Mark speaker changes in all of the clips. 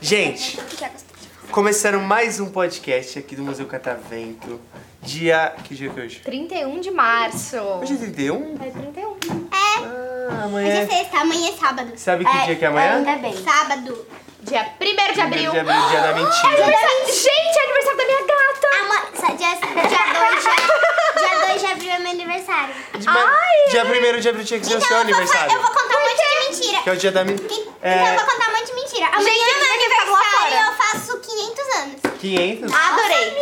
Speaker 1: Gente, começando mais um podcast aqui do Museu Catavento. Dia. Que dia que é hoje?
Speaker 2: 31 de março.
Speaker 1: Hoje é 31?
Speaker 2: É 31.
Speaker 1: Ah,
Speaker 3: Hoje
Speaker 1: amanhã.
Speaker 3: é sexta, amanhã é sábado.
Speaker 1: Sabe que dia que é amanhã?
Speaker 2: Ainda bem.
Speaker 3: Sábado.
Speaker 2: Dia 1 de abril.
Speaker 1: Dia abril, dia da mentira.
Speaker 2: Aniversário- Gente, é aniversário da minha gata.
Speaker 3: Ama- sa- Dia 2 dia, dois de abril é meu aniversário. Então,
Speaker 1: Mas Dia 1 de abril tinha que ser o seu
Speaker 3: eu, vou, fa-
Speaker 1: aniversário.
Speaker 3: eu vou contar um monte de mentira.
Speaker 1: Que é o dia da mentira.
Speaker 3: Então eu
Speaker 1: É.
Speaker 3: vou contar um monte de mentira. Amanhã
Speaker 2: Gente,
Speaker 3: é meu
Speaker 2: eu queria falar
Speaker 3: aniversário
Speaker 2: agora.
Speaker 3: eu faço 500 anos.
Speaker 1: 500?
Speaker 3: Adorei.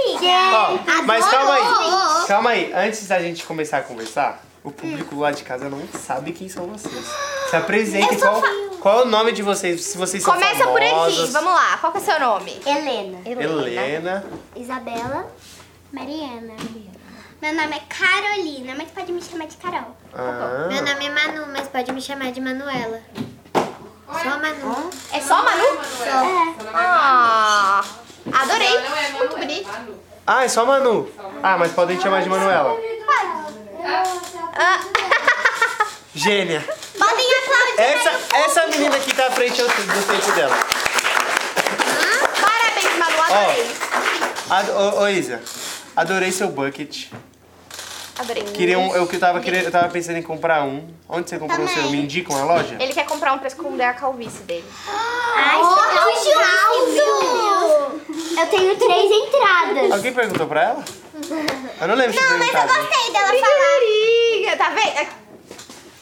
Speaker 1: Ó, mas calma
Speaker 3: Adorou.
Speaker 1: aí. Calma aí. Antes da gente começar a conversar, o público lá de casa não sabe quem são vocês. Se apresentem.
Speaker 3: Eu sou
Speaker 1: Qual,
Speaker 3: fa-
Speaker 1: qual é o nome de vocês? Se vocês são
Speaker 2: Começa por aqui.
Speaker 1: famosas.
Speaker 2: Vamos lá. Qual que é o seu nome?
Speaker 3: Helena. Tá
Speaker 1: Helena.
Speaker 3: Isabela. Mariana. Meu nome é Carolina, mas pode me chamar de Carol.
Speaker 1: Ah.
Speaker 4: Meu nome é Manu, mas pode me chamar de Manuela. Só Manu.
Speaker 2: É só Manu?
Speaker 3: É.
Speaker 2: Ah, adorei. Muito bonito.
Speaker 1: Ah, é só Manu. Ah, mas podem te chamar de Manuela.
Speaker 2: Ah,
Speaker 1: Gênia.
Speaker 3: Podem aplaudir.
Speaker 1: Essa, essa menina aqui tá à frente do tempo dela.
Speaker 2: parabéns, Manu. Adorei.
Speaker 1: Ad- Ô, ô, Isa, adorei seu bucket.
Speaker 2: Adorei.
Speaker 1: Queria um, eu, que tava, querendo- eu tava pensando em comprar um. Onde você comprou o seu?
Speaker 3: Também.
Speaker 1: Me indica uma loja?
Speaker 2: Ele quer comprar um pra esconder a calvície dele.
Speaker 3: Ai,
Speaker 4: Oh,
Speaker 3: Eu tenho três entradas.
Speaker 1: Alguém perguntou pra ela? Eu não lembro se
Speaker 3: Não, mas eu
Speaker 1: perguntaram.
Speaker 3: gostei dela falar.
Speaker 2: Briga, tá vendo? É-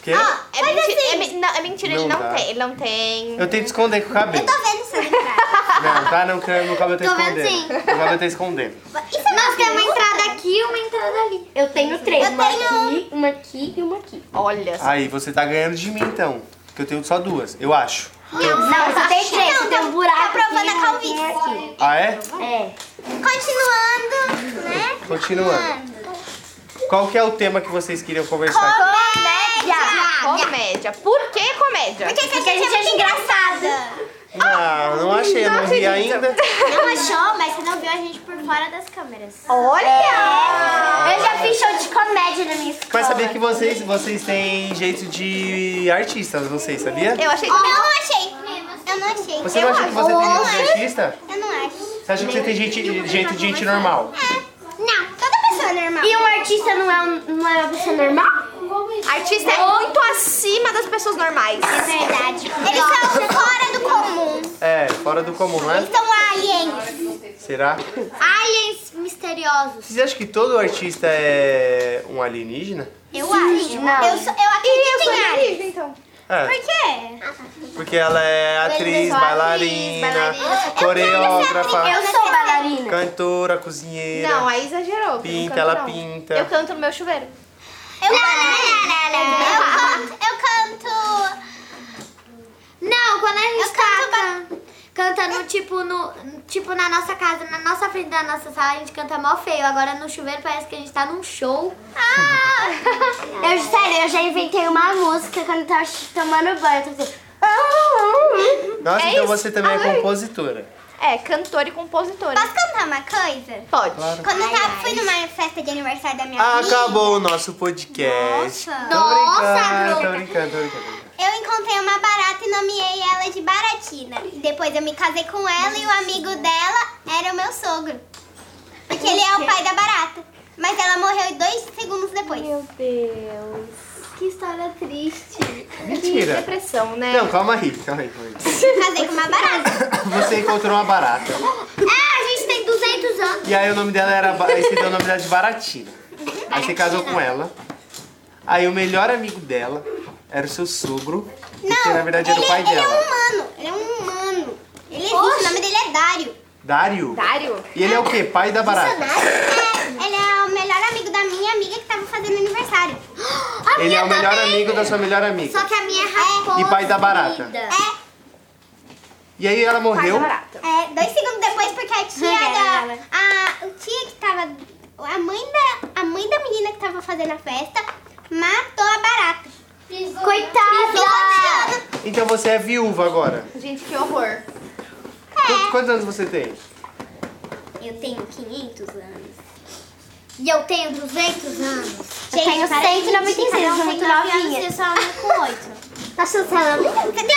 Speaker 1: Quê?
Speaker 2: É,
Speaker 3: assim-
Speaker 2: mentira, é men- não, é mentira, ele
Speaker 1: Não
Speaker 2: não
Speaker 1: dá.
Speaker 2: tem. Ele não tem.
Speaker 1: Eu tento esconder com o cabelo.
Speaker 3: Tô vendo essas entradas.
Speaker 1: Não, tá? Não, que meu cabelo tá
Speaker 3: Tô vendo,
Speaker 1: escondendo.
Speaker 3: sim.
Speaker 1: Meu cabelo tá escondendo.
Speaker 3: Nós temos uma entrada aqui e uma entrada ali.
Speaker 4: é Eu tenho três.
Speaker 3: Eu tenho um.
Speaker 4: Uma aqui e uma aqui.
Speaker 2: Olha
Speaker 3: Ah,
Speaker 2: só.
Speaker 1: Aí, você tá ganhando de mim, então. Porque eu tenho só duas, eu acho.
Speaker 4: Não, você tem três. Você tem um
Speaker 3: Tá
Speaker 4: buraco
Speaker 3: provando a
Speaker 4: aqui e
Speaker 3: calvície.
Speaker 4: um aqui.
Speaker 1: Ah, é?
Speaker 4: É.
Speaker 3: Continuando, né?
Speaker 1: Continuando. Qual que é o tema que vocês queriam conversar aqui?
Speaker 3: Comédia.
Speaker 2: Comédia. Por que comédia?
Speaker 3: Por que, que a gente é muito engraçada?
Speaker 1: Não, não achei, Ah, eu não vi
Speaker 2: acredito.
Speaker 1: ainda.
Speaker 3: Não achou, mas você não viu a gente por fora das câmeras.
Speaker 2: Olha!
Speaker 3: Eu já fiz show de comédia na minha escola.
Speaker 1: Mas sabia que vocês, vocês têm jeito de artistas, vocês, sabia?
Speaker 2: Eu achei
Speaker 3: Eu
Speaker 2: também.
Speaker 3: não achei. Eu não achei.
Speaker 1: Você não acha que você tem jeito de artista?
Speaker 3: Eu não acho. É.
Speaker 1: Você acha que você tem gente, jeito de gente normal?
Speaker 3: Não, toda pessoa é normal.
Speaker 4: um artista não é, um, não é uma pessoa normal?
Speaker 2: Artista é muito acima das pessoas normais.
Speaker 3: É verdade. Eles são fora do comum.
Speaker 1: É, fora do comum, não
Speaker 3: Eles
Speaker 1: é?
Speaker 3: são aliens.
Speaker 1: Será?
Speaker 3: Aliens misteriosos.
Speaker 1: Vocês acham que todo artista é um alienígena?
Speaker 3: Eu acho. Eu, sou, eu acredito em aliens.
Speaker 2: então.
Speaker 1: É,
Speaker 3: Por quê?
Speaker 1: porque ela é atriz, bailarina,
Speaker 2: assim,
Speaker 1: coreógrafa,
Speaker 3: Eu sou bailarina.
Speaker 1: cantora, cozinheira.
Speaker 2: Não, é aí exagerou. porque eu não
Speaker 1: Pinta,
Speaker 2: canto,
Speaker 1: ela
Speaker 2: não.
Speaker 1: pinta.
Speaker 2: Eu canto no meu chuveiro.
Speaker 3: Eu canto. Eu canto.
Speaker 4: Não, quando a gente
Speaker 3: Eu
Speaker 4: tá can- cantando, tipo, no, tipo, na nossa casa, na nossa frente da nossa sala, a gente canta mó feio. Agora no chuveiro parece que a gente tá num show.
Speaker 3: Eu, sério, eu já inventei uma música quando eu tava tomando banho. Eu tô assim.
Speaker 4: "Ah!"
Speaker 1: Nossa,
Speaker 2: É
Speaker 1: então
Speaker 2: isso.
Speaker 1: você também é
Speaker 2: Além-
Speaker 1: compositora.
Speaker 2: É, cantora e compositora.
Speaker 3: Posso cantar uma coisa?
Speaker 2: Pode.
Speaker 3: Quando eu tava, fui numa festa de aniversário da minha amiga.
Speaker 1: Ah, Acabou o nosso podcast.
Speaker 3: Nossa.
Speaker 1: Tô brincando, tô brincando, tô brincando.
Speaker 3: Eu encontrei uma barata e nomeei ela de Baratina. Depois eu me casei com ela e o amigo dela era o meu sogro. Porque ele é o pai da barata. Mas ela morreu dois segundos depois.
Speaker 4: Que história triste.
Speaker 1: Mentira.
Speaker 2: Depressão, né?
Speaker 1: Não, calma aí, calma aí, calma aí.
Speaker 3: Eu casei com uma barata.
Speaker 1: Você encontrou uma barata.
Speaker 3: Ah, a gente tem 200 anos.
Speaker 1: E aí o nome dela era. Ba- Aí você deu o nome dela de Baratina. Aí você casou com ela. Aí o melhor amigo dela era o seu sogro. Porque
Speaker 3: Não,
Speaker 1: na verdade era
Speaker 3: ele,
Speaker 1: o pai
Speaker 3: ele é um
Speaker 1: dela.
Speaker 3: humano. Ele é um humano. Ele existe, o nome dele é Dário.
Speaker 1: Dário.
Speaker 2: Dário?
Speaker 1: E ele é o quê? Pai da barata.
Speaker 3: É, ele é o melhor amigo da minha amiga que tava fazendo aniversário. A
Speaker 1: Ele
Speaker 3: minha
Speaker 1: é o melhor
Speaker 3: também.
Speaker 1: amigo da sua melhor amiga.
Speaker 3: Só que a minha é
Speaker 1: E pai da barata.
Speaker 3: É,
Speaker 1: E aí ela
Speaker 2: Pai
Speaker 1: morreu.
Speaker 2: da barata.
Speaker 3: É, dois segundos depois, porque a tia da. A, o tia que tava. A mãe, da, a mãe da menina que tava fazendo a festa matou a barata. Coitada!
Speaker 1: Então você é viúva agora.
Speaker 2: Gente, que horror.
Speaker 3: É.
Speaker 1: Qu- Quantos anos você tem?
Speaker 3: Eu eu tenho 500 anos.
Speaker 4: E eu tenho 200 anos.
Speaker 3: Gente,
Speaker 5: tenho
Speaker 3: para, gente,
Speaker 5: 196,
Speaker 3: cada
Speaker 5: eu sou
Speaker 3: tem
Speaker 5: muito
Speaker 3: nove anos,
Speaker 5: novinha.
Speaker 3: Você só anda com 8.
Speaker 5: Tá chancelando?
Speaker 3: Você tem 8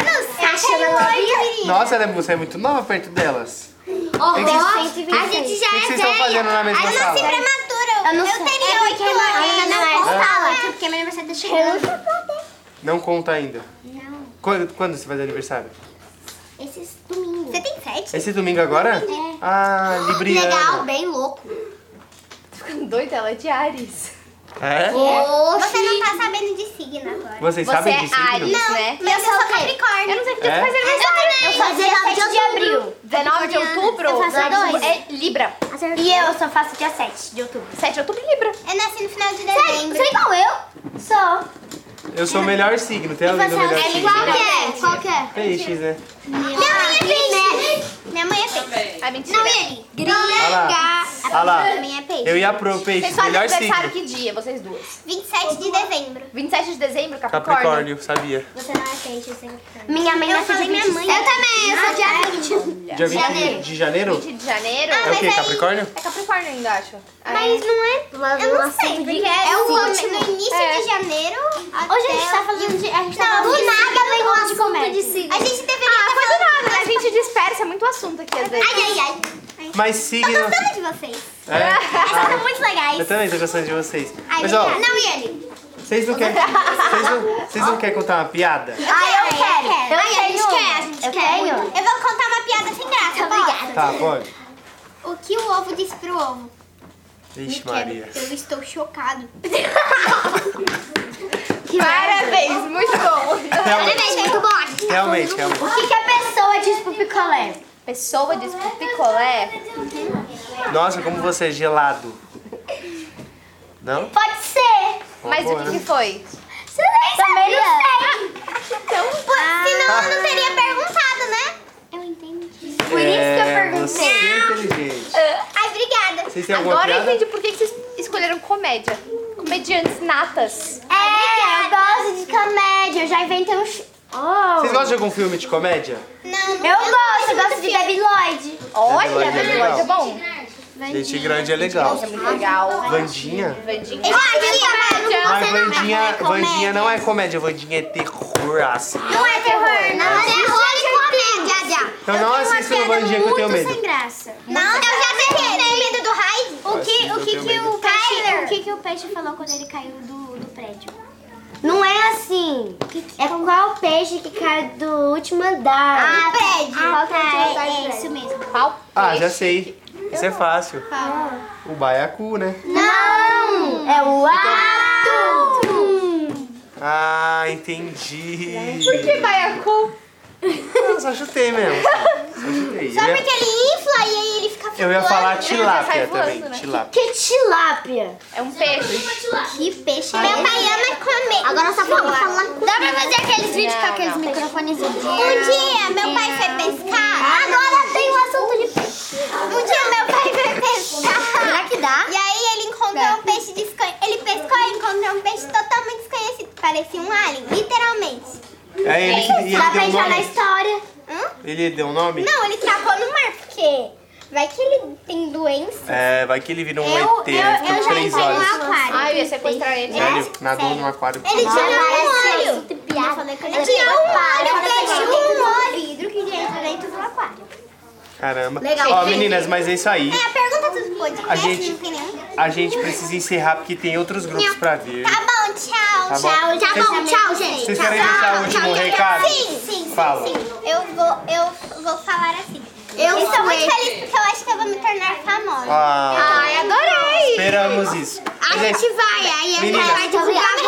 Speaker 3: anos?
Speaker 5: Tá chancelando?
Speaker 1: Nossa, ela é- você é muito nova perto delas.
Speaker 4: Oh, a
Speaker 5: 126.
Speaker 4: gente já
Speaker 1: O que que
Speaker 4: é
Speaker 1: vocês estão
Speaker 4: velha.
Speaker 1: fazendo na mesma
Speaker 3: Eu nasci
Speaker 1: sala?
Speaker 3: prematura. Eu, eu
Speaker 5: não sei.
Speaker 3: teria
Speaker 5: É
Speaker 3: 8
Speaker 5: porque
Speaker 3: anos.
Speaker 5: eu ainda não é.
Speaker 3: fala, aqui, porque meu aniversário tá chegando.
Speaker 1: Não conta ainda. Quando, quando você faz aniversário?
Speaker 5: Esses domingos.
Speaker 3: Você tem 7?
Speaker 1: Esse domingo agora? Ah, Libriana.
Speaker 4: Legal, bem louco.
Speaker 5: Doida, ela é de Ares.
Speaker 1: É?
Speaker 4: Oxi.
Speaker 3: Você não tá sabendo de signo agora.
Speaker 1: Vocês sabem de signo?
Speaker 3: Não,
Speaker 5: né?
Speaker 3: mas eu sou
Speaker 5: Eu
Speaker 3: Capricórnio.
Speaker 5: não sei que dia
Speaker 1: É?
Speaker 5: você faz aniversário. Eu faço 19 de, abril.
Speaker 2: 19 de outubro?
Speaker 5: Eu faço
Speaker 2: Não,
Speaker 5: dois.
Speaker 2: É Libra.
Speaker 5: E eu?
Speaker 3: só faço dia 7 de outubro.
Speaker 2: 7 de outubro, é Libra.
Speaker 3: Eu nasci no final de dezembro.
Speaker 5: Você é igual eu? Sou.
Speaker 1: Eu sou o melhor signo. Tem alguém do melhor signo?
Speaker 4: é? Qual que é?
Speaker 1: Peixes, né?
Speaker 3: Minha mãe é peixe. Minha mãe é peixe.
Speaker 2: É mentira. Não, e
Speaker 1: Olha lá. Olha lá.
Speaker 3: Minha mãe é peixe.
Speaker 1: Eu ia pro peixe.
Speaker 2: Vocês fazem
Speaker 1: Melhor
Speaker 2: aniversário
Speaker 1: signo.
Speaker 2: que dia, vocês duas?
Speaker 3: 27 de dezembro.
Speaker 2: 27 de dezembro, Capricórnio.
Speaker 1: Capricórnio, sabia.
Speaker 3: Você não é peixe, você
Speaker 5: Minha mãe
Speaker 3: Eu
Speaker 5: nasceu de
Speaker 3: falei minha
Speaker 5: 25.
Speaker 3: mãe.
Speaker 4: Eu também, eu sou de Ares.
Speaker 1: Dia 20 de janeiro?
Speaker 2: 20 de janeiro.
Speaker 1: É o quê?
Speaker 3: mas aí-
Speaker 1: Capricórnio?
Speaker 2: É Capricórnio ainda, acho. Ah,
Speaker 3: Mas não é.
Speaker 5: Lá
Speaker 3: Eu
Speaker 5: no
Speaker 3: não sei,
Speaker 5: assunto de-
Speaker 3: porque é,
Speaker 5: o
Speaker 3: no-
Speaker 5: último.
Speaker 3: no início
Speaker 2: É.
Speaker 3: de janeiro.
Speaker 5: Hoje a gente tá falando de... A gente tá
Speaker 3: Não,
Speaker 5: falando
Speaker 3: do
Speaker 5: de
Speaker 3: nada
Speaker 5: signo,
Speaker 3: vem um
Speaker 5: falando de
Speaker 3: assunto
Speaker 5: comércio.
Speaker 3: de A gente deveria
Speaker 2: Ah,
Speaker 3: estar
Speaker 2: foi do
Speaker 3: falando.
Speaker 2: nada, né? A gente dispersa muito assunto aqui às vezes.
Speaker 3: Ai, ai, ai.
Speaker 1: Mas signo...
Speaker 3: Tô gostando de vocês.
Speaker 1: É? Ah,
Speaker 3: Vocês são muito
Speaker 1: Eu
Speaker 3: legais.
Speaker 1: também tô gostando de vocês.
Speaker 3: Ai,
Speaker 1: Mas, ó,
Speaker 3: obrigada. Não, e ele?
Speaker 1: vocês não querem... Vocês não, vocês não querem contar uma piada?
Speaker 3: Ai, eu quero.
Speaker 5: Eu
Speaker 3: Ai, a gente
Speaker 5: tenho.
Speaker 3: quer, a gente
Speaker 5: Eu
Speaker 3: quer.
Speaker 5: tenho.
Speaker 3: Eu vou contar uma piada sem graça. Obrigada.
Speaker 1: Tá, pode.
Speaker 3: O que o ovo disse pro ovo?
Speaker 1: Vixe, Maria.
Speaker 3: Eu estou chocado.
Speaker 2: Parabéns, muito bom.
Speaker 1: Realmente,
Speaker 5: Muito bom.
Speaker 1: realmente, realmente.
Speaker 5: O que, que a pessoa diz pro picolé?
Speaker 2: Pessoa diz pro picolé.
Speaker 1: Nossa, como você é gelado. Não?
Speaker 5: Pode ser.
Speaker 2: Mas o
Speaker 1: né?
Speaker 2: que, que foi?
Speaker 5: Você nem Também não sei.
Speaker 3: Então,
Speaker 5: Ah.
Speaker 3: Senão eu não teria perguntado, né?
Speaker 5: Eu entendi.
Speaker 1: Por isso que eu perguntei. Você é inteligente.
Speaker 3: Ai, obrigada.
Speaker 1: Vocês têm alguma
Speaker 2: Agora eu
Speaker 1: piada?
Speaker 2: entendi por que que vocês escolheram comédia. Comediantes natas.
Speaker 5: É, eu gosto de comédia. Eu já inventei um... ch- Oh.
Speaker 1: Vocês gostam de algum filme de comédia?
Speaker 3: Não, não
Speaker 5: Eu gosto, eu gosto de Debbie Lloyd.
Speaker 1: Debbie
Speaker 2: Olha,
Speaker 1: Lloyd é
Speaker 2: Debbie
Speaker 1: legal.
Speaker 2: Lloyd é bom.
Speaker 1: Gente grande é legal.
Speaker 2: É muito legal.
Speaker 1: Vandinha?
Speaker 2: Vandinha.
Speaker 3: Ai,
Speaker 1: Mas
Speaker 2: é
Speaker 1: Vandinha,
Speaker 3: comédia.
Speaker 1: Vandinha Ah, não é comédia, Vandinha é terror. assim.
Speaker 3: não é terror, não.
Speaker 1: Não.
Speaker 3: É terror e comédia, já.
Speaker 1: Então não assista o Vandinha que eu tenho medo.
Speaker 5: graça.
Speaker 3: Não, eu já tenho medo do raio.
Speaker 5: O que, o
Speaker 1: Assim, Eu
Speaker 5: que,
Speaker 1: tenho
Speaker 5: que
Speaker 1: medo.
Speaker 5: o peixe,
Speaker 3: Tyler.
Speaker 5: o que que o peixe falou quando ele caiu do, do prédio? Não é assim. é qual peixe que caiu do último andar?
Speaker 3: Ah, prédio.
Speaker 5: Ah, tá,
Speaker 3: tá,
Speaker 5: é,
Speaker 3: é
Speaker 5: isso
Speaker 3: isso
Speaker 5: mesmo.
Speaker 2: Pau.
Speaker 1: Ah, já sei. Isso é fácil. O baiacu, né?
Speaker 5: Não! É
Speaker 1: Então-
Speaker 5: o ato!
Speaker 1: Ah, entendi.
Speaker 2: Que baiacu.
Speaker 1: Eu só chutei mesmo. Só chutei.
Speaker 3: Só
Speaker 1: Eu
Speaker 3: porque
Speaker 1: ia,
Speaker 3: ele infla e aí ele fica
Speaker 2: é
Speaker 1: eu ia
Speaker 3: flutuando.
Speaker 1: falar
Speaker 2: sai
Speaker 1: tilápia
Speaker 2: voando,
Speaker 1: também.
Speaker 2: né?
Speaker 1: Tilápia.
Speaker 5: Que tilápia!
Speaker 2: É um peixe.
Speaker 3: Que peixe. Meu pai ama comer.
Speaker 5: Agora só vamos falar com
Speaker 3: Dá pra fazer aqueles vídeos
Speaker 2: Não,
Speaker 3: com aqueles
Speaker 2: não.
Speaker 3: microfones de Um dia meu pai foi pescar. Agora tem um assunto de peixe. Um dia meu pai foi pescar. Será que dá? E aí ele encontrou
Speaker 2: Dá.
Speaker 3: um peixe desconhecido. Ele pescou e encontrou um peixe totalmente desconhecido. Parecia um alien, literalmente.
Speaker 1: Aí ele, que- e ele
Speaker 5: Dá pra
Speaker 1: deu um
Speaker 5: entrar na
Speaker 1: nome.
Speaker 5: história.
Speaker 3: Hã?
Speaker 1: Ele deu um nome?
Speaker 3: Não, ele travou no mar, porque vai que ele tem doença.
Speaker 1: É, vai que ele vira um
Speaker 3: Eu,
Speaker 1: ET,
Speaker 3: eu,
Speaker 1: né? Fica
Speaker 3: eu
Speaker 1: com
Speaker 3: já
Speaker 1: três
Speaker 3: entrei
Speaker 1: olhos.
Speaker 3: no aquário.
Speaker 2: Ai, eu ia sequestrar ele.
Speaker 1: Sério, nadou num aquário.
Speaker 3: Ele tinha
Speaker 5: assim,
Speaker 3: um olho. Ele tinha um olho, peixe, um olho.
Speaker 5: vidro que entra dentro do aquário.
Speaker 1: Caramba.
Speaker 2: Legal.
Speaker 1: Ó, meninas, mas é isso aí.
Speaker 3: É, pergunta tudo podcast,
Speaker 1: A gente-
Speaker 3: não tem nenhum.
Speaker 1: A gente precisa encerrar porque tem outros grupos pra vir.
Speaker 3: Tá bom, tchau,
Speaker 1: Tá bom.
Speaker 3: tchau,
Speaker 1: Tá
Speaker 3: tchau,
Speaker 1: bom,
Speaker 3: tchau, gente.
Speaker 1: Vocês querem deixar o último recado?
Speaker 3: Sim, sim, sim,
Speaker 1: Fala.
Speaker 3: sim. Eu vou, eu vou falar assim. Eu estou muito feliz porque eu acho que eu vou me tornar famosa. é
Speaker 1: Ah,
Speaker 2: Ai, adorei.
Speaker 1: esperamos isso. Mas é isso.
Speaker 3: vai, aí
Speaker 1: Meninas,
Speaker 3: divulgar
Speaker 1: é